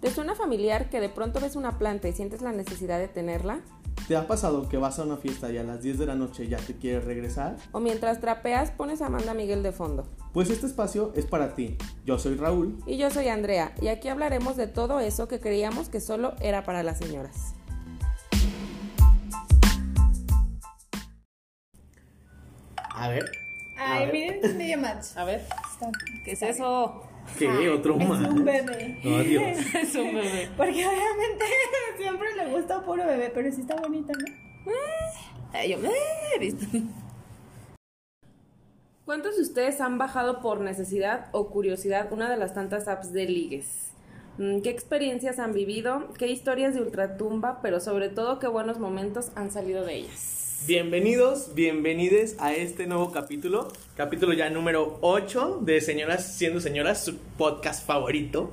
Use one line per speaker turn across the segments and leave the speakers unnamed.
¿Te suena familiar que de pronto ves una planta y sientes la necesidad de tenerla?
¿Te ha pasado que vas a una fiesta y a las 10 de la noche ya te quieres regresar?
¿O mientras trapeas pones a Amanda Miguel de fondo?
Pues este espacio es para ti. Yo soy Raúl.
Y yo soy Andrea, y aquí hablaremos de todo eso que creíamos que solo era para las señoras.
A ver.
Ay, miren, medio match.
A ver,
Está-
¿Qué es eso?
¿Qué? Otro
Ah, Es
más.
un bebé.
No, Dios.
Es un bebé.
Porque obviamente siempre le gusta a puro bebé, pero sí está bonita, ¿no?
Ay, yo me he visto.
¿Cuántos de ustedes han bajado por necesidad o curiosidad una de las tantas apps de ligues? Mm, ¿Qué experiencias han vivido? ¿Qué historias de ultratumba? Pero sobre todo, ¿qué buenos momentos han salido de ellas?
Bienvenidos, bienvenides a este nuevo capítulo, capítulo ya número 8 de Señoras siendo Señoras, su podcast favorito.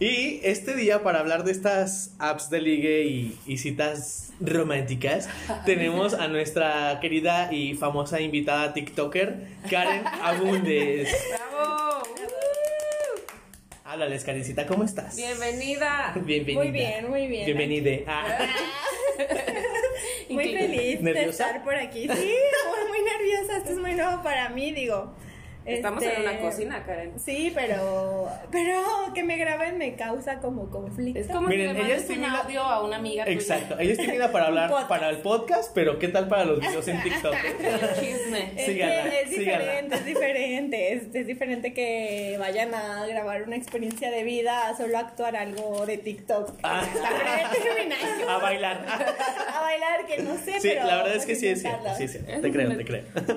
Y este día para hablar de estas apps de ligue y, y citas románticas, tenemos a nuestra querida y famosa invitada TikToker, Karen Abundes.
¡Bravo!
Háblales, Karencita, ¿cómo estás?
¡Bienvenida!
Bienvenida.
Muy bien, muy bien.
Bienvenide. Ah,
Muy
Increíble.
feliz de
¿Nerviosa?
estar por aquí. Sí, muy, muy nerviosa. Esto es muy nuevo para mí, digo.
Estamos en
Este,
una cocina, Karen.
Sí, pero pero que me graben me causa como conflicto.
Es como
Miren,
si le
ella
mandas
es
un
tímida.
audio a una amiga tuya.
exacto. Ella es tímida para hablar
Podcast.
para el podcast, pero ¿qué tal para los videos en TikTok? eh?
El chisme.
Es,
Sígala,
que es
sígala.
diferente, es diferente, es, es diferente que vayan a grabar una experiencia de vida, a solo actuar algo de TikTok.
Ah.
Está predeterminado.
A bailar.
a bailar, que no sé,
Sí,
pero
la verdad es
pues
que sí es cierto.
intentarlo.
sí es cierto. Te creo, te creo.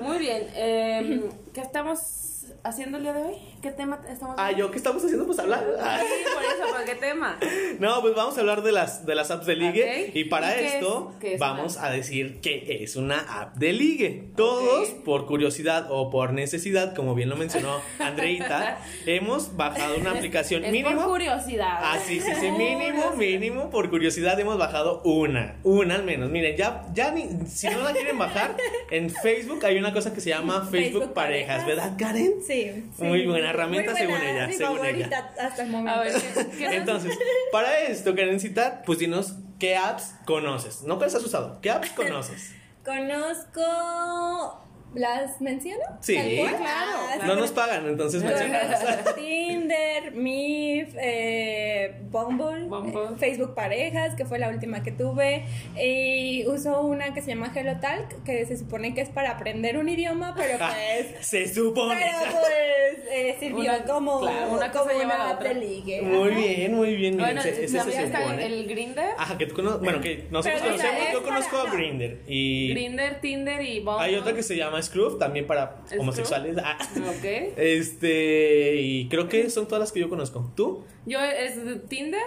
Muy bien. eh, ¿Qué estamos haciendo el día de hoy? ¿Qué tema estamos
Ah, yo, ¿qué estamos haciendo? Pues hablar. Ah.
Sí, por eso, ¿por qué tema?
No, pues vamos a hablar de las, de las apps de ligue.
Ok.
Y para
¿Y qué
esto
es- qué es
vamos
una
a decir que es una app de ligue. Todos,
Ok.
por curiosidad o por necesidad, como bien lo mencionó Andreita, hemos bajado una aplicación
Es
mínimo.
por curiosidad.
Ah, sí, sí, sí, mínimo, mínimo, por curiosidad hemos bajado una, una al menos. Miren, ya, ya ni, si no la quieren bajar, en Facebook hay una cosa que se llama Facebook,
Facebook
Parejas,
Parejas.
¿verdad, Karen?
Sí, sí.
Muy buena herramienta,
Muy buena,
según ella,
Mi
según
favorita hasta el momento.
A ver, ¿qué, qué
Entonces, para esto, Karencita, pues dinos qué apps conoces. No cuáles has usado, ¿qué apps conoces?
Conozco. ¿Las menciono?
Sí,
¿Tal cual?
claro,
Ah, sí,
No nos pagan, entonces pues, mencionadas.
Bueno, Tinder, Mif, eh, Bumble,
Bumble.
eh, Facebook Parejas, que fue la última que tuve. Y uso una que se llama HelloTalk, que se supone que es para aprender un idioma, pero
Ah,
pues.
se supone.
pero pues eh, sirvió
Una-
como,
claro, una cosa
como
lleva a la
una app
otra.
de ligue.
Muy bien, muy bien, miren,
Bueno,
se- ese se Ah,
también está
supone.
el Grinder,
Ajá, que tú conoces, bueno, que nosotros
Pero, o sea,
conocemos,
es
yo conozco
para-
a Grinder y
Grinder, Tinder y Bumble.
Hay otra que se llama Scruff, también para
¿Scruff?
homosexuales. Ah.
Ok.
Este, y creo que son todas las que yo conozco. ¿Tú?
Yo es de Tinder,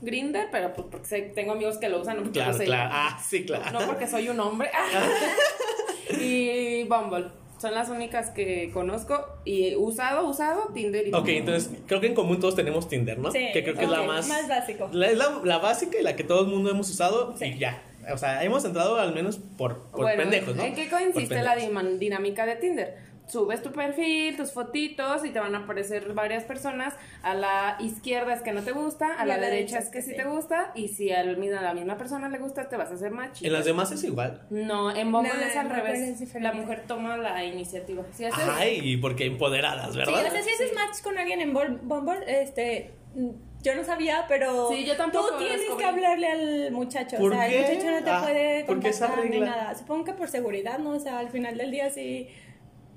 Grinder, pero pues porque sé- tengo amigos que lo usan. no porque
Claro,
yo soy-
claro. Ah, sí, claro.
No porque soy un hombre. y Bumble. Son las únicas que conozco. Y usado, usado, Tinder y
Ok,
Bumble.
entonces creo que en común todos tenemos Tinder, ¿no?
Sí,
que creo que es la
ok,
más.
más básico.
La, es la, la básica y la que todo el mundo hemos usado
Sí.
y ya. O sea, hemos entrado al menos por, por
Bueno,
pendejos, ¿no?
¿En qué
Por
consiste la
pendejos.
diman- dinámica de Tinder? Subes tu perfil, tus fotitos y te van a aparecer varias personas. A la izquierda es que no te gusta, a
Y
la, derecha es que sí
sí.
te gusta y si a la, a la misma persona le gusta te vas a hacer machi.
En las demás es igual.
No, en Bumble
No,
es
en
al
Bumble
revés.
es diferente.
la mujer toma la iniciativa. Si haces-
Ay, porque empoderadas,
Sí,
¿verdad?
o sea, si haces match con alguien en Bol- Bumble, este. mm, Yo no sabía, pero
Sí, yo tampoco
tú
lo
tienes
descubrí.
que hablarle al muchacho.
¿Por
o sea,
qué?
el muchacho no te
Ah,
puede
¿por qué esa
contactar ni
regla?
nada. Supongo que por seguridad, ¿no? O sea, al final del día sí.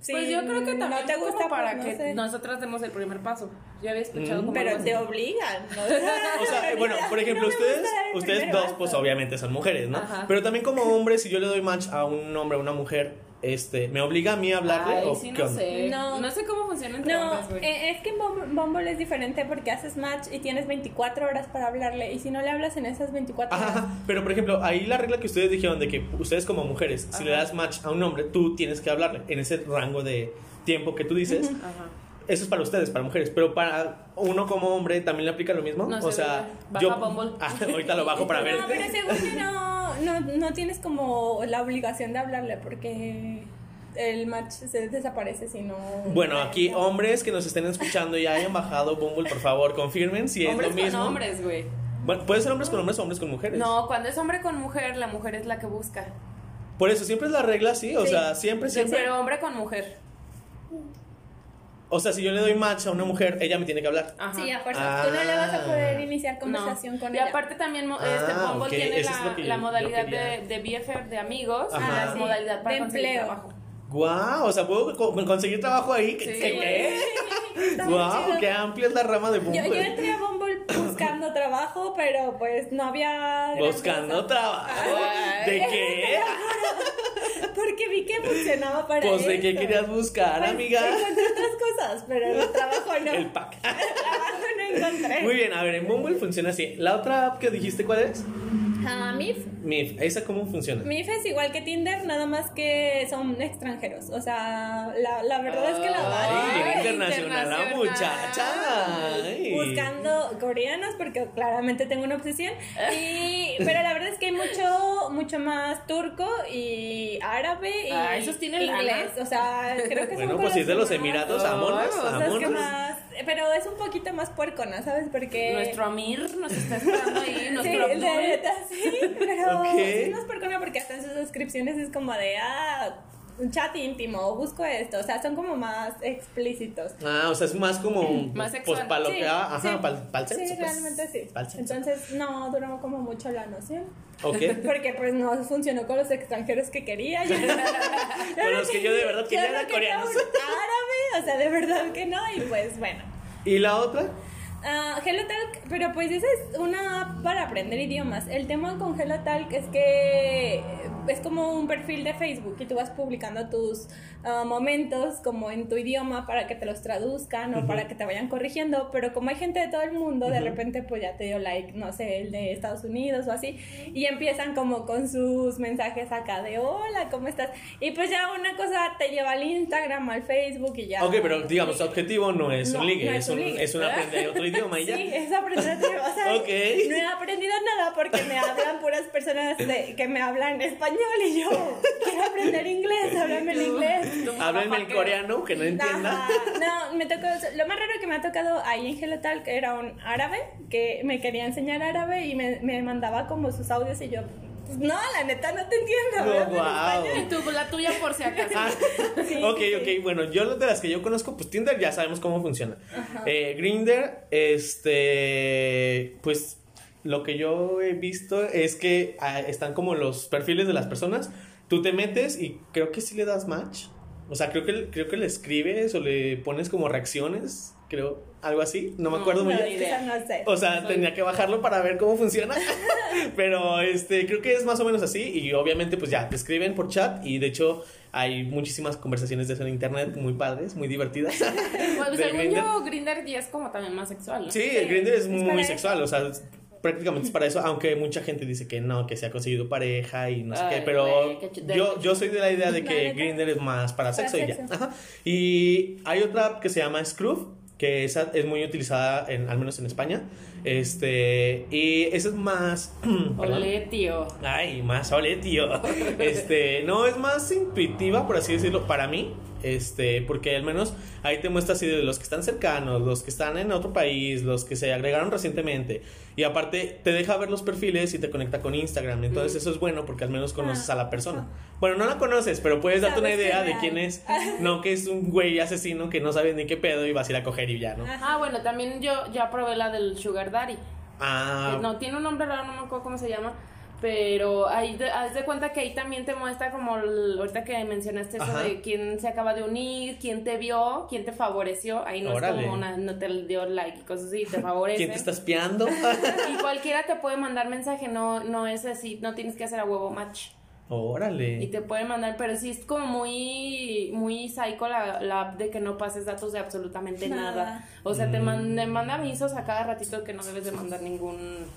sí, mm,
pues yo creo que también
no te
como
gusta
para
pues,
que
no sé.
nosotras demos el primer paso. Yo había
Mm,
escuchado como algo
Pero
así.
te obligan. ¿no?
O sea, eh, bueno, por ejemplo,
No me gusta
ustedes,
dar el
ustedes
primer
dos,
paso.
pues obviamente son mujeres, ¿no?
Ajá.
Pero también como hombre, si yo le doy match a un hombre, a una mujer, este, ¿me obliga a mí a hablarle
Ay,
o
sí,
qué
no
onda?
sé. No.
No.
sé cómo funciona entre hombres,
No,
güey.
eh, es que en Bum- Bumble es diferente porque haces match y tienes 24 horas para hablarle. Y si no le hablas en esas 24
Ajá,
horas,
ajá. pero por ejemplo, ahí la regla que ustedes dijeron de que ustedes como mujeres, si le das match a un hombre, tú tienes que hablarle en ese rango de tiempo que tú dices.
Ajá.
Eso es para ustedes, para mujeres, pero para uno como hombre también le aplica lo mismo.
No
o
sé,
sea,
baja
yo
Bumble.
Ah, ahorita lo bajo para ver.
No, pero según yo no, no, no tienes como la obligación de hablarle porque el match se desaparece si no.
Bueno, aquí hombres que nos estén escuchando y hayan bajado Bumble, por favor, confirmen si es
Hombres
lo
con
mismo.
hombres, güey.
Bueno, puede ser hombres con hombres o hombres con mujeres.
No, cuando es hombre con mujer, la mujer es la que busca.
Por eso siempre es la regla, sí. O
Pues Sí.
sea, siempre, siempre.
Pero hombre con mujer.
O sea, si yo le doy match a una mujer, ella me tiene que hablar.
Ajá.
Sí, a fuerza. Tú no le vas a poder iniciar
No.
conversación con
y
ella.
aparte también mo-
Ah,
este Bumble
ok,
tiene
eso es
la,
lo que yo-
la
yo
modalidad de,
quería.
de BFF de amigos,
Ajá.
a la
Sí,
modalidad para
de
conseguir
empleo.
trabajo.
¡Guau! O sea, puedo co- conseguir trabajo ahí. ¿Qué?
Sí.
¿Qué?
Está muy
¡Guau!
chido.
¡Qué amplia es la rama de
Yo,
Bumble!
yo entré a Bumble buscando trabajo, pero pues no había. gran
Buscando
cosa.
trabajo. ¿De qué?
Porque vi que funcionaba para
Pues de qué
eso.
querías buscar,
Pues,
amiga.
Encontré otras cosas, pero el trabajo no.
El pack.
trabajo no encontré.
Muy bien, a ver, en Bumble funciona así. La otra app que dijiste, ¿cuál es?
Ah, MIF.
Mif. ¿Esa cómo funciona?
MIF es igual que Tinder, nada más que son extranjeros. O sea, la, la verdad es que
Ah,
la
Ay, bien
Ay,
internacional la
internacional.
muchacha. Ay.
buscando coreanos porque claramente tengo una obsesión y pero la verdad es que hay mucho mucho más turco y árabe y
Ah, esos tienen lana.
inglés o sea creo que son
Bueno,
con
pues si es de
que
los
más-
Emiratos,
Ah,
vámonos,
o sea, es
o sea, es que
vámonos.
más pero es un poquito más puercona sabes porque
Nuestro Amir nos está esperando ahí,
Eh. Sí,
nuestro
de
Abdul.
neta, sí, pero
Ok.
sí es más porcona porque hasta en sus suscripciones es como de, ah, un chat íntimo, o busco esto, o sea, son como más explícitos.
Ah, o sea, es más como.
Más
pues
sexual.
para lo
Sí,
que. ah,
sí.
Ajá, para el sexo.
Sí,
pues.
realmente sí.
Pa'l sexo.
Entonces, no, duró como mucho la noción.
Ok.
Porque pues no funcionó con los extranjeros que quería. Yo,
Con los que yo de verdad quería
Yo no
eran coreanos.
un árabe, o sea, de verdad que no, y pues bueno.
¿Y la otra?
Ah, HelloTalk, pero pues esa es una app para aprender idiomas. El tema con HelloTalk es que es como un perfil de Facebook y tú vas publicando tus ah, momentos como en tu idioma para que te los traduzcan o para que te vayan corrigiendo, pero como hay gente de todo el mundo, de repente pues ya te dio like, no sé, el de Estados Unidos o así, y empiezan como con sus mensajes acá de hola, ¿cómo estás? Y pues ya una cosa te lleva al Instagram, al Facebook y ya.
Ok, pero digamos, su objetivo no es
No,
un ligue,
no
es, un,
ligue.
es un aprender otro idioma y ya.
Sí, es aprender otro idioma. O sea,
Ok.
no he aprendido nada porque me hablan puras personas de- que me hablan español y yo quiero aprender inglés, háblame el inglés.
Tú, mamá,
Háblenme en
¿para qué?
coreano, que no entienda.
Ajá. No, me tocó, lo más raro que me ha tocado ahí en Gelotal que era un árabe que me quería enseñar árabe y me, me mandaba como sus audios y yo, pues, no, la neta no te entiendo.
No,
háblame en
guau.
español.
Y tú, la tuya por si acaso.
Ah,
Sí,
ok,
sí, sí.
ok, bueno, yo de las que yo conozco, pues Tinder ya sabemos cómo funciona. Eh, Grinder, este, pues lo que yo he visto es que ah, están como los perfiles de las personas, tú te metes y creo que sí le das match, o sea, creo que, creo que le escribes o le pones como reacciones, creo, algo así, no me
No,
acuerdo
No,
muy bien.
ni idea.
esa no sé.
O sea,
Soy-
tendría que bajarlo para ver cómo funciona. Pero este, creo que es más o menos así. Y obviamente, pues ya, te escriben por chat. Y de hecho, hay muchísimas conversaciones de eso en internet muy padres, muy divertidas.
Pues,
de
según
Grindr.
yo, Grindr ya es como también más sexual, ¿no?
Sí, el Grindr es
es
muy
para eso.
sexual. O sea, es- prácticamente es para eso. Aunque mucha gente dice que no, que se ha conseguido pareja y no sé
Ay,
qué. Pero
güey, qué ch- de-
yo, yo soy de la idea de que
La neta.
Grindr es más para
Para
sexo y ya.
sexo.
Ajá. Y hay otra app que se llama Scruff, que esa es muy utilizada, en, al menos en España. Este, y esa es más. perdón.
Olé, tío.
Ay, más ole, tío. Este, no, es más intuitiva, por así decirlo, para mí. Este, porque al menos ahí te muestra así de los que están cercanos, los que están en otro país, los que se agregaron recientemente. Y aparte te deja ver los perfiles y te conecta con Instagram. Entonces eso es bueno porque al menos conoces a la persona. Bueno, no la conoces, pero puedes darte una
Sabes que
idea
es
de
real.
quién es. No que es un güey asesino que no sabes ni qué pedo y vas a ir a coger y ya, ¿no?
Ah, bueno, también yo ya probé la del Sugar Daddy. Eh,
Ah,
No, tiene un nombre raro, no me acuerdo cómo se llama. Pero ahí, te- haz de cuenta que ahí también te muestra como el- ahorita que mencionaste eso
Ajá.
de quién se acaba de unir, quién te vio, quién te favoreció. Ahí no
Órale.
es como una, no te dio like y cosas así, te favorece.
¿quién te está espiando?
Y cualquiera te puede mandar mensaje, no, no es así, no tienes que hacer a huevo match.
Órale.
Y te pueden mandar, pero sí es como muy, muy psycho la, la app de que no pases datos de absolutamente nada.
Nada.
O sea, te,
Mm.
man- te manda avisos a cada ratito que no debes de mandar ningún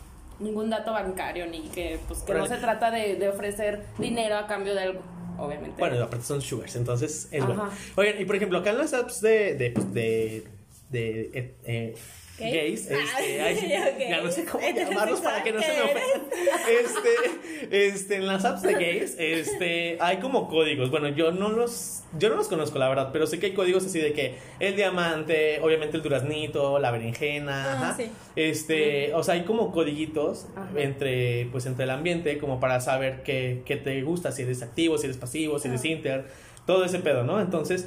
ningún dato bancario ni que pues que no
Órale.
se trata de, de ofrecer dinero a cambio de algo, obviamente.
Bueno, aparte son sugars, entonces es
Ajá.
bueno. Oigan, y por ejemplo, acá en las apps de. de, pues, de, de, eh, eh,
¿Qué?
gays, este,
Ah,
ay, sí,
ok.
ya no sé cómo llamarlos para que no se me
Heterosexual, ¿qué
ofendan. Este, este, en las apps de gays, este, hay como códigos. Bueno, yo no los, yo no los conozco la verdad, pero sé que hay códigos así de que el diamante, obviamente el duraznito, la berenjena,
Ah,
ajá.
sí.
este, o sea, hay como codiguitos
Ajá.
entre, pues, entre el ambiente como para saber qué, qué te gusta, si eres activo, si eres pasivo, si eres
Ah.
inter, todo ese pedo, ¿no? Entonces,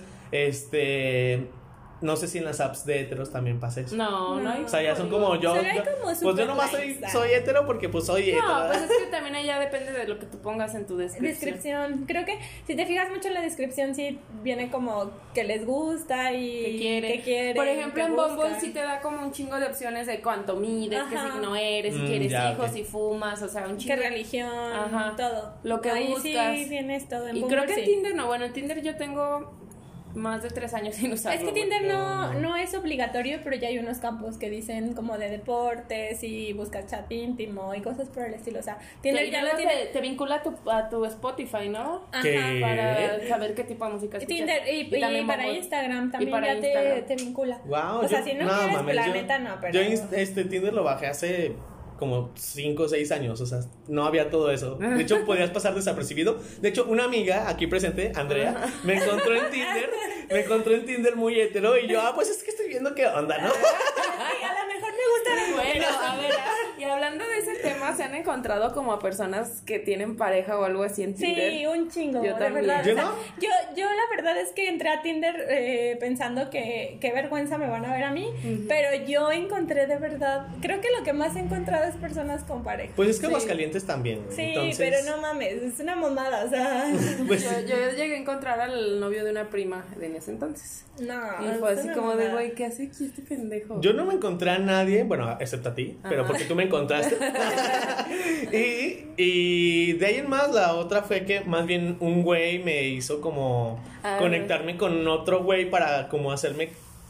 este, no sé si en las apps de heteros también pasa eso.
No, no hay.
O sea, ya son como yo.
Solo hay
yo-
como
pues yo
super
nomás soy,
likes, ah.
soy hetero porque pues soy hetero.
No, pues
¿verdad?
es que también ahí ya depende de lo que tú pongas en tu descripción.
Descripción. Creo que si te fijas mucho en la descripción, sí viene como que les gusta y
Que quiere.
que quieren,
Por ejemplo,
que
en
buscan.
Bumble sí te da como un chingo de opciones de cuánto mides, qué
Ajá.
signo eres, si
Mm,
quieres
ya,
hijos,
ok.
si fumas, o sea, un
Qué
chingo.
religión,
Ajá.
todo.
Lo que
Ahí sí
buscas.
tienes todo. En
Y
Bumble
creo que
sí.
en Tinder no, bueno, en Tinder yo tengo más de tres años sin usarlo.
Es que
güey.
Tinder no,
no.
no es obligatorio, pero ya hay unos campos que dicen como de deportes y buscar chat íntimo y cosas por el estilo. O sea, Tinder
Que
ya
luego
lo tiene.
Te, te vincula a tu, a tu Spotify, ¿no?
Ajá.
Que-
Para saber qué tipo de música escuchas.
Tinder y, y
también
para
Bumble.
Instagram también
para
ya te,
Instagram.
te vincula.
Wow,
o sea,
yo-
si no, quieres
mames, yo-
planeta, no, pero.
Yo inst- este Tinder lo bajé hace como 5 o 6 años, o sea, no había todo eso. De hecho, podías pasar desapercibido. De hecho, una amiga aquí presente, Andrea, me encontró en Tinder, me encontró en Tinder muy hetero y yo, ah, pues es que estoy viendo qué onda, ¿no?
Ay, a lo mejor me gusta
Bueno, a ver, y hablando de ese tema, ¿se han encontrado como a personas que tienen pareja o algo así en Tinder?
Sí, un chingo,
Yo
de
también.
verdad.
¿Yo
O sea,
no?
yo, yo la verdad es que entré a Tinder eh, pensando que qué vergüenza me van a ver a mí, pero yo encontré de verdad, creo que lo que más he encontrado es personas con pareja.
Pues es que Aguascalientes también, güey.
Sí,
entonces,
pero no mames, es una mamada, o sea,
pues,
Yo, yo llegué a encontrar al novio de una prima de en ese entonces.
no.
Y fue
es
así
una
como de,
mamada.
güey, ¿qué hace aquí este pendejo?
Yo no me encontré a nadie, bueno, excepto a ti, pero
Ajá.
porque tú me encontraste. y, y de ahí en más, la otra fue que más bien un güey me hizo como
Ah.
conectarme con otro güey para como hacerme,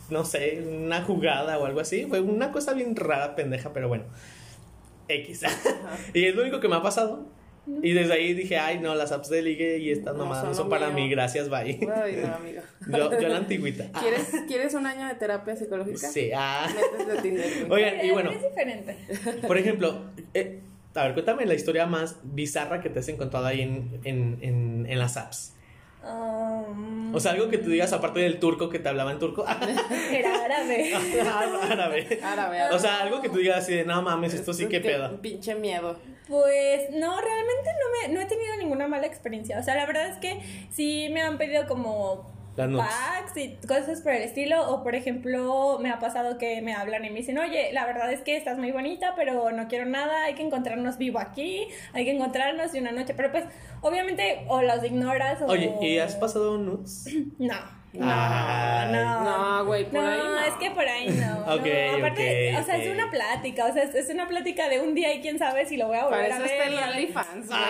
no sé, una jugada o algo así. Fue una cosa bien rara, pendeja, pero bueno. X. y es lo único que me ha pasado. Y desde ahí dije, ay, no, las apps de ligue y estas
No,
mamadas no
son
son,
lo
para
mío.
mí, gracias, bye.
Ay, no, amigo.
yo, yo la antigüita. Ah,
¿Quieres, ¿Quieres un año de terapia psicológica?
sí, ah.
Métete a Tinder. güey.
Oigan, y bueno.
Es diferente.
Por ejemplo, eh, a ver, cuéntame la historia más bizarra que te has encontrado ahí en, en, en, en las apps.
Um,
O sea, algo que tú digas aparte del turco que te hablaba en turco.
era árabe.
árabe.
Árabe, árabe.
O sea, algo que tú digas así de, no mames, esto sí que pedo.
Pinche miedo.
Pues no, realmente no, me, no he tenido ninguna mala experiencia. O sea, la verdad es que sí me han pedido como
Las nudes.
packs y cosas por el estilo. O por ejemplo, me ha pasado que me hablan y me dicen, oye, la verdad es que estás muy bonita, pero no quiero nada, hay que encontrarnos vivo aquí, hay que encontrarnos de una noche. Pero pues, obviamente, o los ignoras o...
Oye, ¿y has pasado nudes?
No.
Ay.
no.
No, güey, por
no,
ahí Ah. no.
es que por ahí no.
Ok,
no, aparte,
ok,
o sea,
ok.
es una plática, o sea, es, es una plática de un día y quién sabe si lo voy a volver
Para eso
a
está
ver.
el
y-
OnlyFans. güey.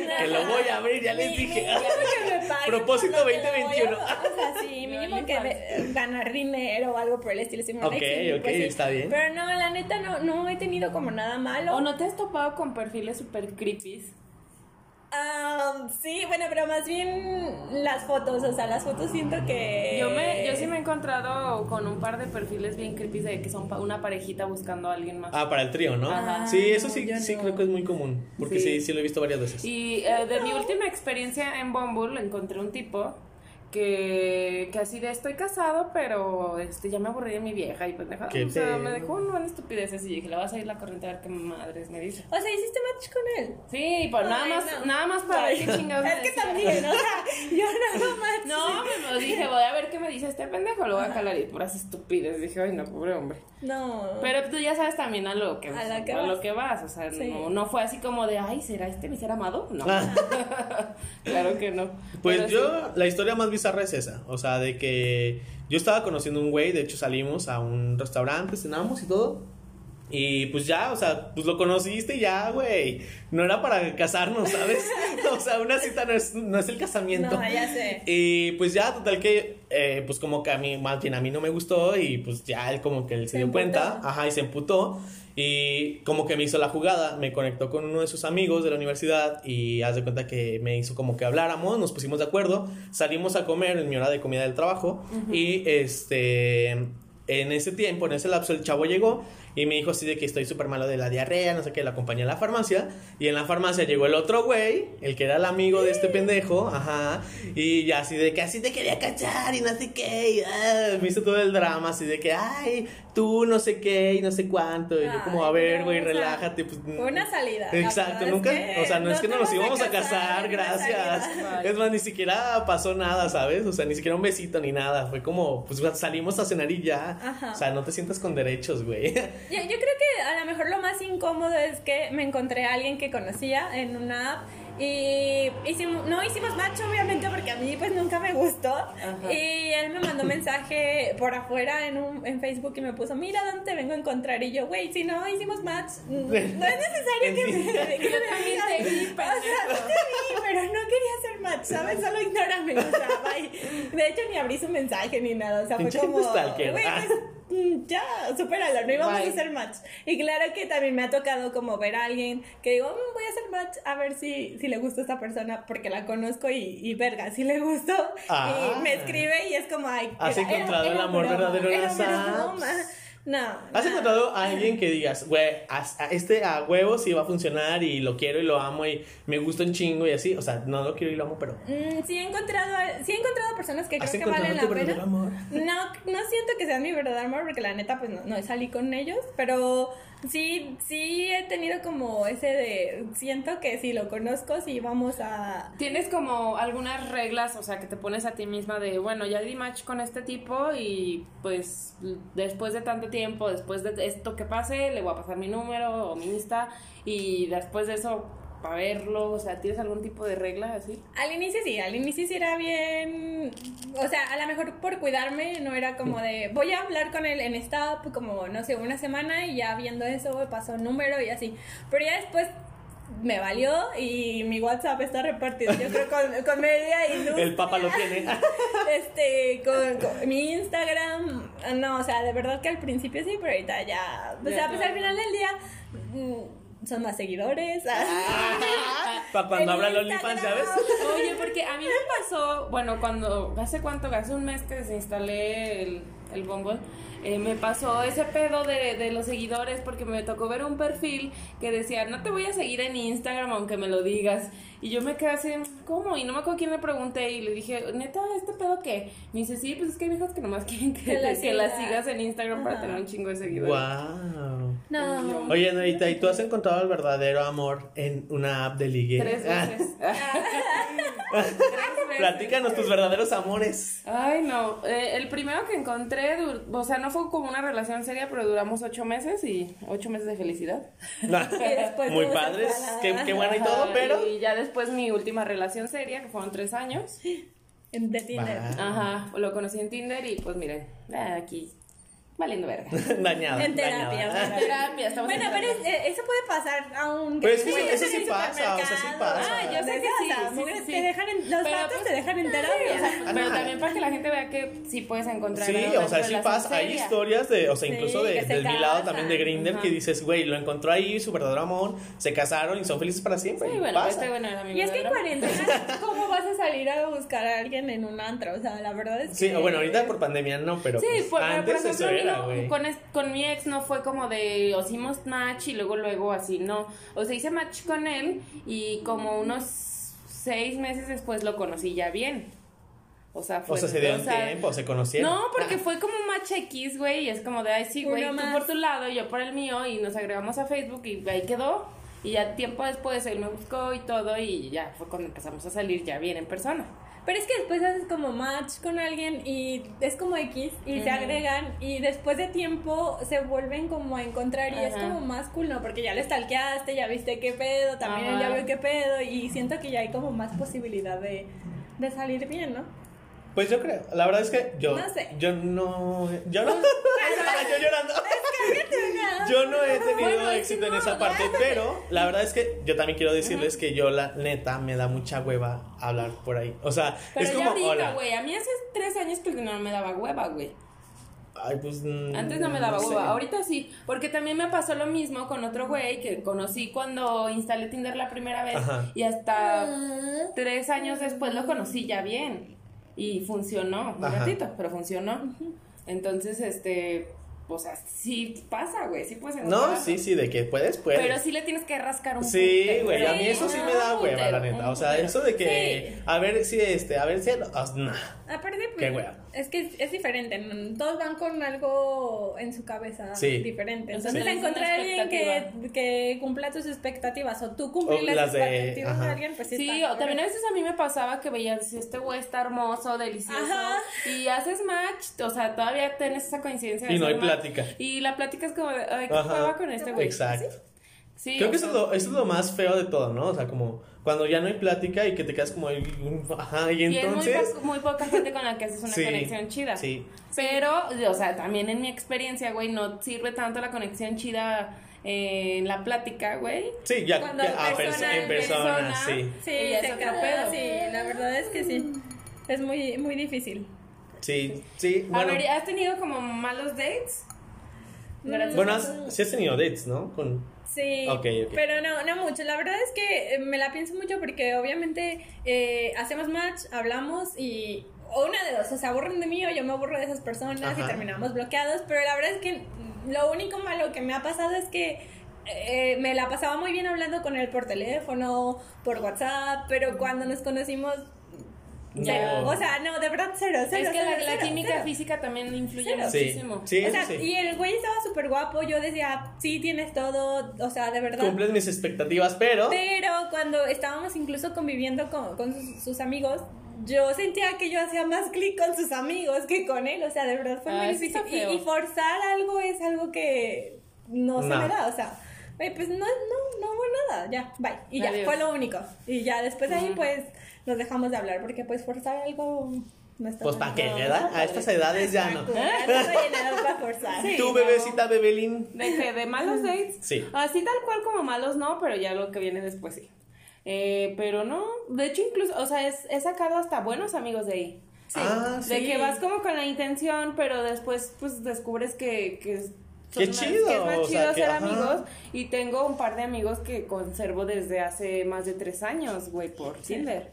Que lo voy a abrir, ya les
Mi-
dije.
mínimo que me paguen
Propósito
por lo que lo
2021.
voy a- O sea, sí, mínimo que me- ganar dinero o algo por el estilo. si me
Ok,
exhiben,
ok,
pues sí.
está bien.
Pero no, la neta no, no he tenido como nada malo.
¿O no te has topado con perfiles super creepy?
Ah, sí, bueno, pero más bien las fotos, o sea, las fotos siento que...
Yo, me, yo sí me he encontrado con un par de perfiles bien creepy de que son pa- una parejita buscando a alguien más.
Ah, para el trío, ¿no?
Ajá.
Sí, eso sí,
No, yo
sí
no.
creo que es muy común. Porque sí,
Sí.
sí, lo he visto varias veces.
Y eh, de mi última experiencia en Bumble encontré un tipo que, que así de estoy casado, pero este ya me aburrí de mi vieja y pues
Qué
o sea,
feo.
me dejó un buen estupideces y dije, le vas a ir la corriente a ver qué madres me dice.
O sea, hiciste match con él.
Sí, y pues nada
Ay,
más,
no.
nada más para ver qué chingados me
Es que
decía.
también, o sea, yo nada más...
No, me lo dije, voy a ver qué me dice este pendejo, lo voy a jalar y puras estupideces. Dije, ay no, pobre hombre.
No.
Pero tú ya sabes también a lo que,
A la que vas.
vas, o sea,
Sí.
no, no fue así como de, ay, ¿será este mi ser amado? No,
Ah.
claro que no.
Pues
Pero
yo, la historia más bizarra es esa. O sea, de que yo estaba conociendo a un güey, de hecho salimos a un restaurante, cenamos y todo. Y pues ya, o sea, pues lo conociste y ya, güey. No era para casarnos, ¿sabes? o sea, una cita no es, no es el casamiento.
No, ya sé.
Y pues ya, total que, eh, pues como que a mí, más bien a mí no me gustó y pues ya él como que él se,
Se
dio cuenta,
emputó.
ajá, y se emputó y como que me hizo la jugada, me conectó con uno de sus amigos de la universidad y haz de cuenta que me hizo como que habláramos, nos pusimos de acuerdo, salimos a comer en mi hora de comida del trabajo y este... en ese tiempo, en ese lapso, el chavo llegó y me dijo así de que estoy súper malo de la diarrea, no sé qué, la acompañé a la farmacia. Y en la farmacia llegó el otro güey, el que era el amigo de este pendejo, ajá. Y ya así de que así te quería cachar y no sé qué. y, ah, me hizo todo el drama así de que, ay, tú no sé qué y no sé cuánto. Y yo como, a
Ay,
ver,
no,
güey,
o sea,
relájate. Pues,
fue una salida. La
Exacto,
verdad
nunca,
es que
o sea, no es que no
nos
nos íbamos
íbamos a
a casar,
casar, una
gracias.
salida.
Es más, ni siquiera pasó nada, ¿sabes? O sea, ni siquiera un besito ni nada. Fue como, pues salimos a cenar y ya.
Ajá.
O sea, no te sientas con derechos, güey.
Yo, yo creo que a lo mejor lo más incómodo es que me encontré a alguien que conocía en una app y hicimos, no hicimos match obviamente porque a mí pues nunca me gustó
Ajá.
y él me mandó un mensaje por afuera en, un, en Facebook y me puso mira dónde te vengo a encontrar y yo güey si no hicimos match no es necesario que me, que me digas. o sea sí te vi, pero no quería hacer match sabes solo ignórame o sea bye de hecho ni abrí su mensaje ni nada o sea fue
Pinche
como
stalker.
güey,
Ah.
pues, Mm, ya, supéralo, no íbamos
Bye.
a hacer match. Y claro que también me ha tocado como ver a alguien que digo, "Mm, voy a hacer match a ver si, si le gusta a esta persona porque la conozco y, y verga, si le gustó.
Ah.
Y me escribe y es como, ay,
¿Has
era-
encontrado
era-
el
era
amor
broma,
verdadero en
era
las
broma.
apps?
No.
¿Has
no.
encontrado a alguien que digas, güey, a, a este a huevo sí va a funcionar y lo quiero y lo amo y me gusta un chingo y así? O sea, no lo quiero y lo amo, pero.
Mm, sí, he encontrado, a- sí he encontrado personas que
¿Has
creo que valen
encontrado
la
tu verdadero
pena.
amor?
No, no siento que sean mi verdadero amor porque la neta pues no, no salí con ellos, pero sí, sí he tenido como ese de, siento que si lo conozco, si vamos a...
Tienes como algunas reglas, o sea, que te pones a ti misma de, bueno, ya di match con este tipo y pues después de tanto tiempo, después de esto que pase, le voy a pasar mi número o mi Insta y después de eso, para verlo, o sea, ¿tienes algún tipo de regla así?
Al inicio sí, al inicio sí era bien, o sea, a lo mejor por cuidarme no era como de, voy a hablar con él en esta app como, no sé, una semana y ya viendo eso pasó un número y así, pero ya después... Me valió y mi WhatsApp está repartido. Yo creo con, con media industria.
El papa lo tiene.
este, con, con mi Instagram, no, o sea, de verdad que al principio sí, pero ahorita ya, o
Ya,
sea, pues
claro.
al final del día mm, son más seguidores.
Para Ah, cuando
El
abra el OnlyFans,
Instagram.
¿sabes?
Oye, porque a mí me pasó, bueno, cuando, hace cuánto, hace un mes que desinstalé el, el Bumble, eh, me pasó ese pedo de, de los seguidores porque me tocó ver un perfil que decía, no te voy a seguir en Instagram aunque me lo digas. Y yo me quedé así, ¿cómo? Y no me acuerdo quién le pregunté y le dije, neta, ¿este pedo qué? Me dice, sí, pues es que hay viejas que nomás quieren que,
Que
que
la
las
sigas.
sigas en Instagram para
Ajá.
tener un chingo de seguidores.
Wow.
No.
Oye, Norita, ¿y tú has encontrado el verdadero amor en una app de ligue? Ah,
Tres veces. Tres veces.
Platícanos tus verdaderos amores.
Ay, no. Eh, el primero que encontré, dur- o sea, no fue como una relación seria, pero duramos ocho meses y ocho meses de felicidad.
después
Muy
nos
padres,
separamos.
qué, qué bueno y todo,
Ajá,
pero...
Y ya después mi última relación seria, que fueron tres años.
De Tinder. Ah.
Va.
Ajá, lo conocí en Tinder y pues miren, ah, aquí, valiendo verga.
Dañada.
En terapia,
dañada.
o sea.
Terapia, estamos en
Bueno, pero
terapia.
es- eh, eso puede pasar aún.
Pero es que
Sí,
eso- eso sí
en el
pasa, o sea, sí
supermercado.
pasa.
Ah, yo sé
De
que
esas,
sí,
o sea,
sí,
mujeres
sí.
te dejan en, los
Pero,
vatos
pues,
te dejan en
Sí, o
terapia.
sea, pero también para que la gente vea que sí puedes encontrar
pues, Sí,
una
o sea, sí
relación
pasa. Hay
seria.
historias de, o sea,
Sí,
incluso de-
que se
del mi lado
casan,
también de Grinder
ajá.
que dices, güey, lo encontró ahí, su verdadero amor, se casaron y son felices para siempre.
Sí,
y
bueno,
pasa.
este, bueno, era mi
Y es que en
verdadero-
cuarentena, ¿cómo vas a salir a buscar a alguien en un antro? O sea, la verdad es
Sí,
que...
bueno, ahorita por pandemia no, pero
Sí,
pues,
por,
antes
por
eso
ejemplo, a mí
era,
no-
güey.
con, es- con mi ex no fue como de o hicimos match y luego luego así, no. O sea, hice match con él y como unos seis meses después lo conocí ya bien. O sea, fue...
O sea, se dieron Ah.
o sea,
tiempo, se conocieron.
No, porque fue como un match X, güey, y es como de, ay, sí, güey,
Uno
tú
más.
por tu lado y yo por el mío y nos agregamos a Facebook y ahí quedó. Y ya tiempo después él me buscó y todo y ya fue cuando empezamos a salir ya bien en persona.
Pero es que después haces como match con alguien y es como X y se agregan y después de tiempo se vuelven como a encontrar y es
Ajá.
como más cool, ¿no? Porque ya le stalkeaste, ya viste qué pedo, también él
Ajá.
ya vio qué pedo y siento que ya hay como más posibilidad de, de salir bien, ¿no?
Pues yo creo, la verdad es que yo
No sé.
yo no yo no Ah, yo llorando. Yo no he tenido
Bueno, es
éxito
que
en
no,
esa parte, pero la verdad es que yo también quiero decirles que yo la neta me da mucha hueva hablar por ahí. O sea,
Pero
es
ya
como
ahorita,
hola.
güey, a mí hace tres años que no me daba hueva, güey.
Ay, pues mm,
Antes no me daba
sé.
hueva, ahorita sí, porque también me pasó lo mismo con otro güey que conocí cuando instalé Tinder la primera vez
Ajá.
y hasta Ah. tres años después lo conocí ya bien y funcionó, un
Ajá.
ratito, pero funcionó. pues,
Entonces, este, o sea, sí pasa, güey, sí puedes encontrar.
No, sí, sí, de que puedes, puedes.
Pero sí le tienes que rascar un
Sí,
putero.
güey, a mí eso sí me da
Un
hueva, la
putero,
neta.
un
O sea,
putero.
eso de que, a ver si este, a ver si, ah, nah.
Aparte, pues,
Qué hueva.
es que es, es diferente. mm, Todos van con algo en su cabeza
Sí.
diferente.
O sea,
Entonces,
tenés
encontrar a
una
alguien que,
expectativa.
que cumpla tus expectativas o tú cumplir
O
las,
las de-
expectativas de
ajá.
alguien, pues sí.
Sí,
está
o también a
cabrón.
veces a mí me pasaba que veías, este güey está hermoso, delicioso,
Ajá.
y haces match, o sea, todavía tienes esa coincidencia. de
Y no
hacer
hay
match,
plática.
Y la plática es como, de, ay, ¿qué
Ajá.
juega con este güey?
Exacto.
Sí,
Creo
o
que eso
sea,
es, lo, eso es lo más feo de todo, ¿no? O sea, como cuando ya no hay plática y que te quedas como ahí, mm, ajá, y
Y es
entonces...
muy, po- muy poca gente con la que haces una
Sí,
conexión chida.
sí.
Pero, o sea, también en mi experiencia, güey, no sirve tanto la conexión chida eh, en la plática, güey.
Sí, ya
Cuando
que- ah,
persona
perso- en
en
persona,
persona,
sí.
Sí,
Y ya
se
es otro
ca-
pedo.
sí, la verdad es que sí. Es muy, muy difícil.
Sí, sí. Bueno,
A ver, ¿has tenido como malos dates? Gracias.
bueno has, sí has tenido dates, ¿no? Con,
Sí,
Ok, ok.
pero no, no mucho. La verdad es que eh, me la pienso mucho porque obviamente eh, hacemos match, hablamos y o una de dos, o se aburren de mí o yo me aburro de esas personas y
Ajá.
terminamos bloqueados. Pero la verdad es que mm, lo único malo que me ha pasado es que eh, me la pasaba muy bien hablando con él por teléfono, por WhatsApp, pero cuando nos conocimos, cero.
No.
o sea, no, de verdad cero, cero.
es que la,
cero,
la
cero,
química
cero.
física también influye
Cero.
Sí,
muchísimo.
sí,
O
eso
sea,
sí.
y el güey estaba súper guapo, yo decía, sí, tienes todo, o sea, de verdad.
Cumples mis expectativas, pero...
Pero cuando estábamos incluso conviviendo con, con sus, sus amigos, yo sentía que yo hacía más clic con sus amigos que con él. O sea, de verdad fue
Ah,
muy
eso
difícil.
está
Y,
feo.
y forzar algo es algo que no se
No.
me da. O sea, güey, pues no, no, no hubo nada. Ya, bye. Y ya,
Adiós.
fue lo único. Y ya después ahí
Ujú.
pues nos dejamos de hablar porque pues forzar algo no está
Pues
tan
para qué,
bien.
¿verdad? A estas edades ya no.
Exacto, ya no estoy en edad para forzar.
Sí.
¿Tú,
no.
bebecita Bebelín?
¿De qué? ¿De malos dates?
Sí.
Así tal cual como malos no, pero ya lo que viene después sí. Eh, pero no, de hecho incluso, o sea, es- he sacado hasta buenos amigos de ahí.
Ah,
De
sí.
que vas como con la intención, pero después pues descubres que... que es-
Qué
más-
chido,
que es más
o
chido
sea, que-
ser
ajá.
amigos y tengo un par de amigos que conservo desde hace más de tres años, güey, por Tinder.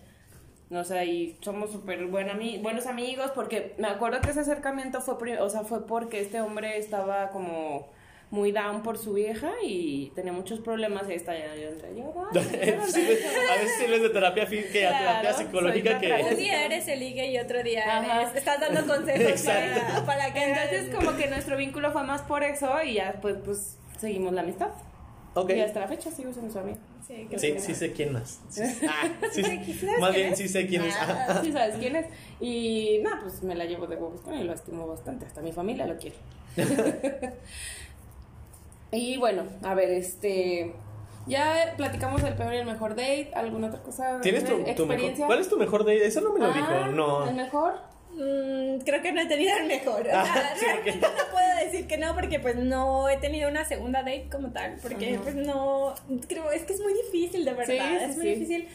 O sea, y somos súper buen ami- buenos amigos porque me acuerdo que ese acercamiento fue, pri- o sea, fue porque este hombre estaba como muy down por su vieja y tenía muchos problemas y ahí está ya yo entre yo.
Sí,
"Ay, ¿qué onda?".
a veces sirves de terapia, fí- que a
Claro,
terapia
soy
psicológica
Un
terapeuta.
que...
día eres el ligue y otro día
Ajá.
eres- estás dando consejos para,
Exacto.
para que
Entonces
hagan-
como que nuestro vínculo fue más por eso y ya pues, pues seguimos la amistad.
Ok.
Y hasta la fecha sigo siendo su amiga.
Sí, qué
Sí,
pena.
sí sé quién más. Sí, ah, sí,
¿Sabes
más
quién
bien
es?
sí sé quién es. Ah,
Sí sabes quién es. Y nada, pues me la llevo de huevos con él, lo estimo bastante, hasta mi familia lo quiere. y bueno, a ver, este ya platicamos del peor y el mejor date, alguna otra cosa.
¿Tienes tu, tu mejor?
experiencia?
¿Cuál es tu mejor date? Eso no me lo
Ah,
dijo, no.
El mejor.
Mm, creo que no he tenido el mejor. O sea,
Ah, sí, porque-
realmente no puedo decir que no, porque pues no he tenido una segunda date como tal. Porque
Ajá.
pues no. Creo, es que es muy difícil, de verdad.
Sí, sí,
es muy
sí.
difícil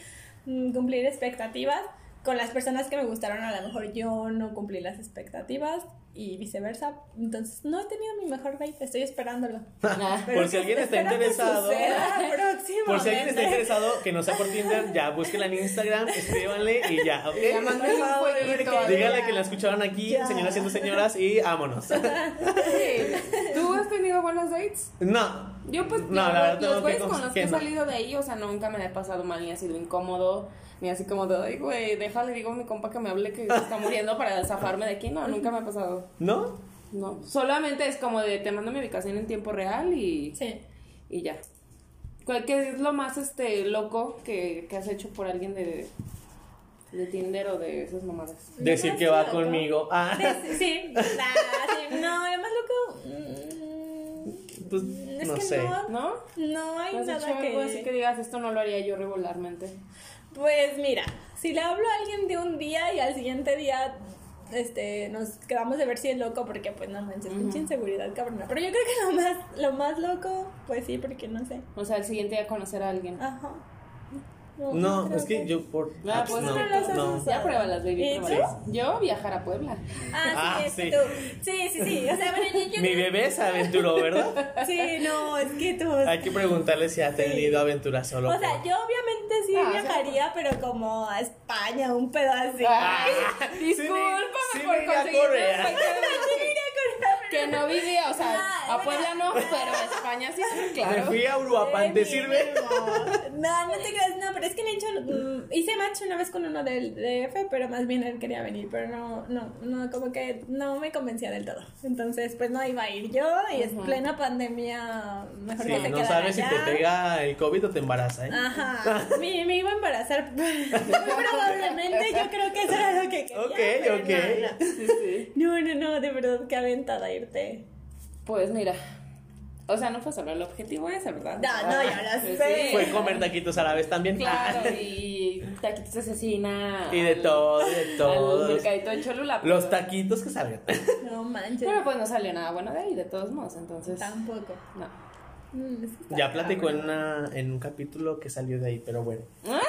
mm, cumplir expectativas. Con las personas que me gustaron, a lo mejor yo no cumplí las expectativas y viceversa. Entonces, no he tenido mi mejor date, estoy esperándolo.
Ah,
Pero
Por si alguien está
espero que
interesado.
suceda próximamente.
Por si alguien está interesado, que no sea por Tinder, ya búsquenla en Instagram, escríbanle y ya, ¿ok?
Ya mándenle un jueguito, a ver.
Díganle que la escucharon aquí,
Ya.
señoras siendo señoras, y vámonos.
¿Tú has tenido buenos dates?
No,
Yo pues
No,
yo-
la verdad tengo
los
que
güeyes con
confesar
los que
que
he
no.
salido de ahí, o sea, nunca me la he pasado mal, ni ha sido incómodo, ni así como de, ay, güey, déjale, digo a mi compa que me hable que se está muriendo para zafarme de aquí. No, nunca me ha pasado.
¿no?
No. Solamente es como de te mando mi ubicación en tiempo real y,
Sí.
y ya. ¿Cuál que es lo más este loco que, que has hecho por alguien de, de Tinder o de esas mamadas?
Decir
Más
que va
loco.
conmigo. Ah,
Sí, sí, ah, sí. No, lo más loco. mm,
pues
es
no
que
sé.
no,
¿no?
no hay
¿Has hecho
nada
algo así que
que.
digas esto no lo haría yo regularmente?
Pues mira, si le hablo a alguien de un día y al siguiente día. Este, nos quedamos de ver si es loco porque pues no manches, pinche inseguridad cabrona. Pero yo creo que lo más, lo más loco, pues sí, porque no sé.
O sea, el siguiente día conocer a alguien.
Ajá.
No,
creo
es que yo por.
Ah,
apps
pues
no,
no las has
no.
usado.
Ya pruébalas, baby.
¿Y
pruébalas. Yo viajar a Puebla.
Ah,
Ah, sí,
sí.
sí. sí, sí, sí. O sea, bueno, yo, yo
Mi
creo-
bebé se aventuró, ¿verdad?
Sí, no, es que tú.
Hay que preguntarle si ha tenido aventuras solo.
O sea, yo obviamente sí
Ah, o sea,
viajaría, pero como a España, un pedazo así.
Ay,
sí,
discúlpame
sí,
por
me iría a
conseguir
Corea.
un
Yo me iría
Que no vivía, o sea,
Ah,
a Puebla no, pero a España sí,
Me
claro.
fui a Uruapan, ¿te sirve?
No, no te creas, no, pero es que de hecho mm, hice match una vez con uno del DF, pero más bien él quería venir, pero no, no, no, como que no me convencía del todo. Entonces, pues no iba a ir yo y es plena pandemia, mejor
Sí,
que te
no
quedara
sabes si
allá. Ah,
te pega el COVID o te embaraza, ¿eh?
Ajá, me, me iba a embarazar. Muy probablemente yo creo que eso era lo que quería.
Ok,
pero
ok.
no,
Sí, sí.
No, no, no, de verdad, qué aventada irte.
Pues mira. O sea, no fue solo el objetivo ese, ¿verdad? Pues
No, no, ya lo
Sí,
sé.
Fue comer taquitos árabes también.
Claro, y taquitos asesina.
Y de todo, y de
Al
todo.
mercadito de Cholula. pero-
Los taquitos que salgan.
No manches.
Pero pues no salió nada bueno de ahí, de todos modos, entonces.
Tampoco.
No.
Mm, es que está
Ya platicó en,
cabrón.
una, en un capítulo que salió de ahí, pero bueno.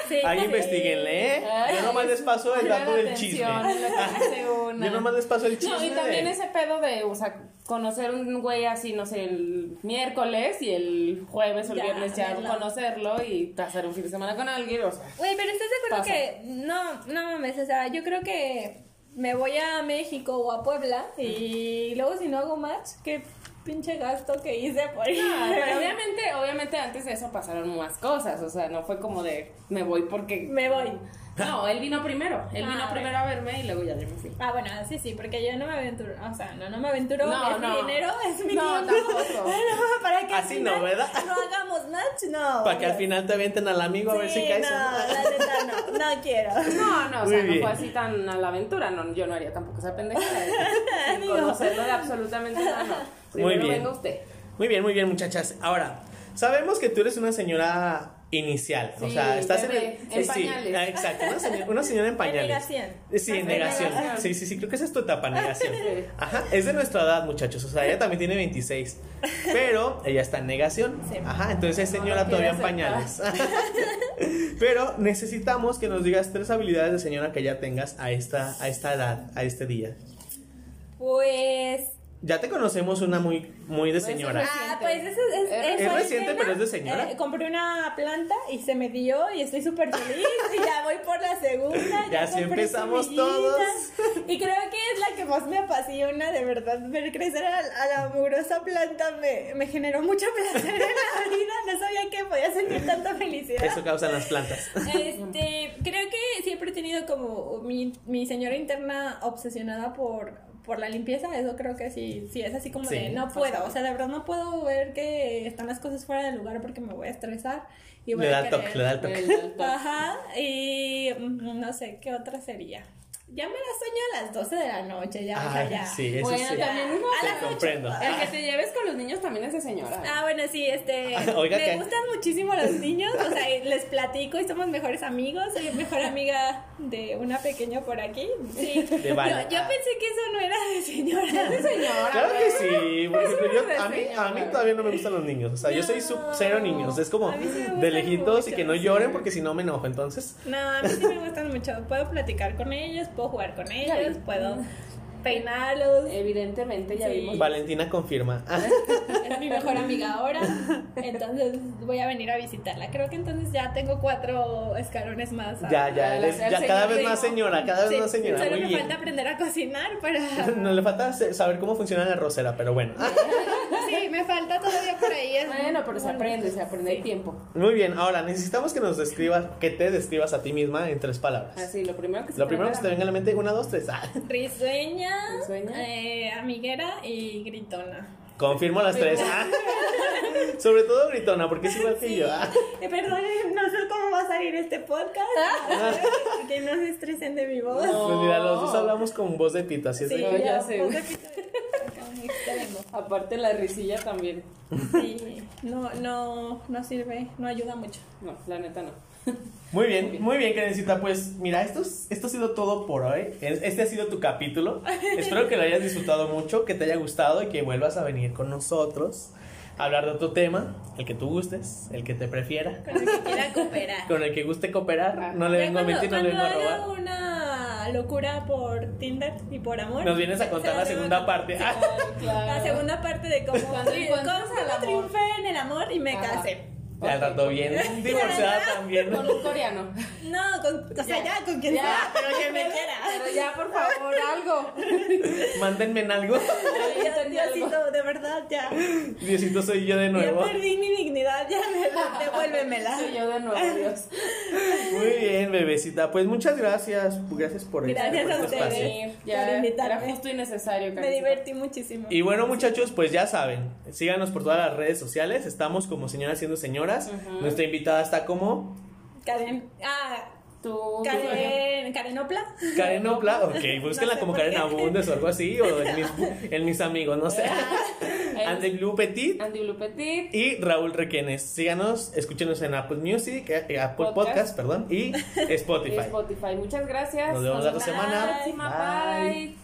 Sí,
Ahí
sí.
investiguenle, ¿eh?
Ay,
Yo nomás les paso el
Llama
dato
la
del
atención
chisme.
lo que hace una.
Yo nomás les paso el chisme.
No, y también
de-
ese pedo de, o sea, conocer un güey así, no sé, el miércoles y el jueves o el
Ya,
viernes ya
verlo.
conocerlo y hacer un fin de semana con alguien, o sea.
Güey, pero ¿estás de acuerdo
Pasa.
que no, no mames? O sea, yo creo que me voy a México o a Puebla y luego si no hago match, qué pinche gasto que hice por ir.
Pero obviamente, obviamente antes de eso pasaron más cosas, o sea, no fue como de me voy porque...
Me voy.
No, él vino primero, él vino
Ah, bueno.
primero a verme y luego ya yo me fui.
Ah, bueno, sí, sí, porque yo no me aventuro, o sea, no, no me aventuro,
No,
es
no.
mi dinero, es mi
No,
tiempo.
tampoco.
No, para que al
Así no,
final
¿verdad?
No hagamos match, no.
Para que al final te avienten al amigo a ver si
Sí,
caes.
no,
o no.
la neta no, no quiero.
No, no, o
Muy
sea, no
bien.
fue así tan a la aventura, no, yo no haría tampoco esa pendejada. de- sin conocerlo de absolutamente nada, no.
Muy
Primero
bien.
venga usted.
Muy bien, muy bien, muchachas. Ahora, sabemos que tú eres una señora inicial. o
Sí,
sea, estás
bebé,
en el.
en
sí, sí,
pañales.
ah, exacto, una señora, una señora en pañales.
negación.
Sí, en negación.
negación.
Sí, sí, sí, creo que esa es tu etapa, negación. Ajá, es de nuestra edad, muchachos. O sea, ella también tiene 26. Pero ella está en negación.
Sí.
Ajá, entonces es
No lo
señora todavía en
quiere
pañales. pero necesitamos que nos digas tres habilidades de señora que ya tengas a esta, a esta edad, a este día.
Pues
Ya te conocemos una muy, muy de
Pues,
señora.
Ah,
reciente.
pues eso es,
Es-
eso
es reciente, pero es de señora.
Eh, compré una planta y se me dio y estoy súper feliz y ya voy por la segunda.
Ya sí
compré
empezamos
semillitas,
todos.
Y creo que es la que más me apasiona, de verdad. Ver crecer a, a la amorosa planta me, me generó mucho placer en la vida. No sabía que podía sentir tanta felicidad.
Eso causan las plantas.
Este, creo que siempre he tenido como mi, mi señora interna obsesionada por, por la limpieza, eso creo que sí, sí es así como
Sí,
de no puedo, o sea, de verdad no puedo ver que están las cosas fuera de lugar porque me voy a estresar y voy
Le
a
da el toque,
querer-
le da el toque.
El alto.
Ajá, y mm, no sé, ¿qué otra sería? Ya me la sueño a las 12 de la noche, ya, o sea,
Ay,
ya.
sí, eso
Bueno,
sí.
también uno-
A las
Te
ocho.
comprendo.
El que te lleves con los niños también es de señora. ¿eh?
Ah, bueno, sí, este.
Oiga,
me
¿qué?
gustan muchísimo los niños, o sea, y les platico y somos mejores amigos. Soy mejor amiga de una pequeña por aquí. Sí.
De Vale. Ah.
No, yo pensé que eso no era de señora.
Es de señora.
Claro que
güey.
sí. Por ejemplo,
Pues,
es
yo,
una
a, mí,
reseña,
a mí
güey.
todavía no me gustan los niños. O sea, yo soy sub cero niños. Es como
A mí sí me
de
gustan
lejitos y que no
mucho,
lloren
sí.
porque si no me enojo. Entonces,
No, a mí sí me gustan mucho. Puedo platicar con ellos, puedo jugar con ellos, puedo peinarlos.
Evidentemente ya
Sí.
vimos.
Valentina confirma. Ah,
Es mi mejor amiga ahora. Entonces voy a venir a visitarla. Creo que entonces ya tengo cuatro escalones más. a-
ya, ya,
Ah,
eres-
el
ya cada
señor
vez más
Rico.
señora, cada vez
Sí,
más señora.
Solo
Muy
me
bien.
falta aprender a cocinar para.
No le falta se- saber cómo funciona la rosera, pero bueno. Ah,
Sí, me falta todavía por ahí. es-
Bueno, pero se aprende, se aprende el tiempo.
Muy bien, ahora necesitamos que nos describas, que te describas a ti misma en tres palabras.
Así, lo primero que se
Lo
te
primero que se te
venga
venga a la mente, una, dos, tres. Ah,
Risueña,
Risueña.
eh, amiguera y gritona.
Confirmo las tres. Ah, Sobre todo gritona, porque es igual que yo. Ah.
Eh, perdón, no sé cómo va a salir este podcast. que no se estresen de mi voz.
No.
Pues mira, los dos hablamos con voz de pito, así es
Oh. Sí,
de
No, ya sé,
voz
güey.
de pito de- como extremo.
Aparte la risilla también.
Sí, no, no, no sirve, no ayuda mucho.
No, la neta no.
Muy bien, muy bien, Karencita. Pues mira, esto, es- esto ha sido todo por hoy. Es- Este ha sido tu capítulo. Espero que lo hayas disfrutado mucho, que te haya gustado y que vuelvas a venir con nosotros a hablar de otro tema, el que tú gustes, el que te prefiera,
Con el que quiera cooperar.
con el que guste cooperar. No le
Ah, Ya
vengo a
cuando-
mentir, no le vengo a
cuando haga
robar.
una locura por Tinder y por amor.
Nos vienes a contar
se
la
tengo
segunda
que-
parte. Ah,
Claro, claro.
La segunda parte de cómo,
Cuando
tri-
encuentras
cómo
al amor.
triunfé en el amor y me
Ajá.
casé.
Ah, Y al rato bien divorciada también.
Con un coreano.
No, con, o sea,
Ya.
ya, con quien
Ya.
sea, pero que me quiera.
Pero ya, por favor, algo.
Mándenme en algo.
Ya, Diosito, de verdad, ya.
Diosito soy yo de
Ya
nuevo.
perdí mi dignidad, ya me- devuélvemela.
Soy yo de nuevo, Dios.
Muy bien, bebecita. Pues muchas gracias. Gracias por este-
Gracias
por
a
este
ustedes.
espacio.
Sí, ya
Por invitarme.
era justo y necesario.
Me
Karencita.
divertí muchísimo.
Y bueno, muchachos, pues ya saben, síganos por todas las redes sociales. Estamos como señoras siendo señoras. Nuestra invitada está como
Karen. Ah,
Tú.
Karen. Karen Opla.
Karen Opla. Ok, búsquenla
sé
como
por qué.
Karen Abundes o algo así, o en mis, en mis amigos, no sé. Ande Blue Petit.
Andy Blue Petit.
Y Raúl Requenes, síganos, escúchenos en Apple Music, eh, eh, Apple Podcast,
Podcast.
perdón, y Spotify.
Spotify. Muchas gracias.
Nos vemos la otra
semana.
la próxima.
Bye.
Bye.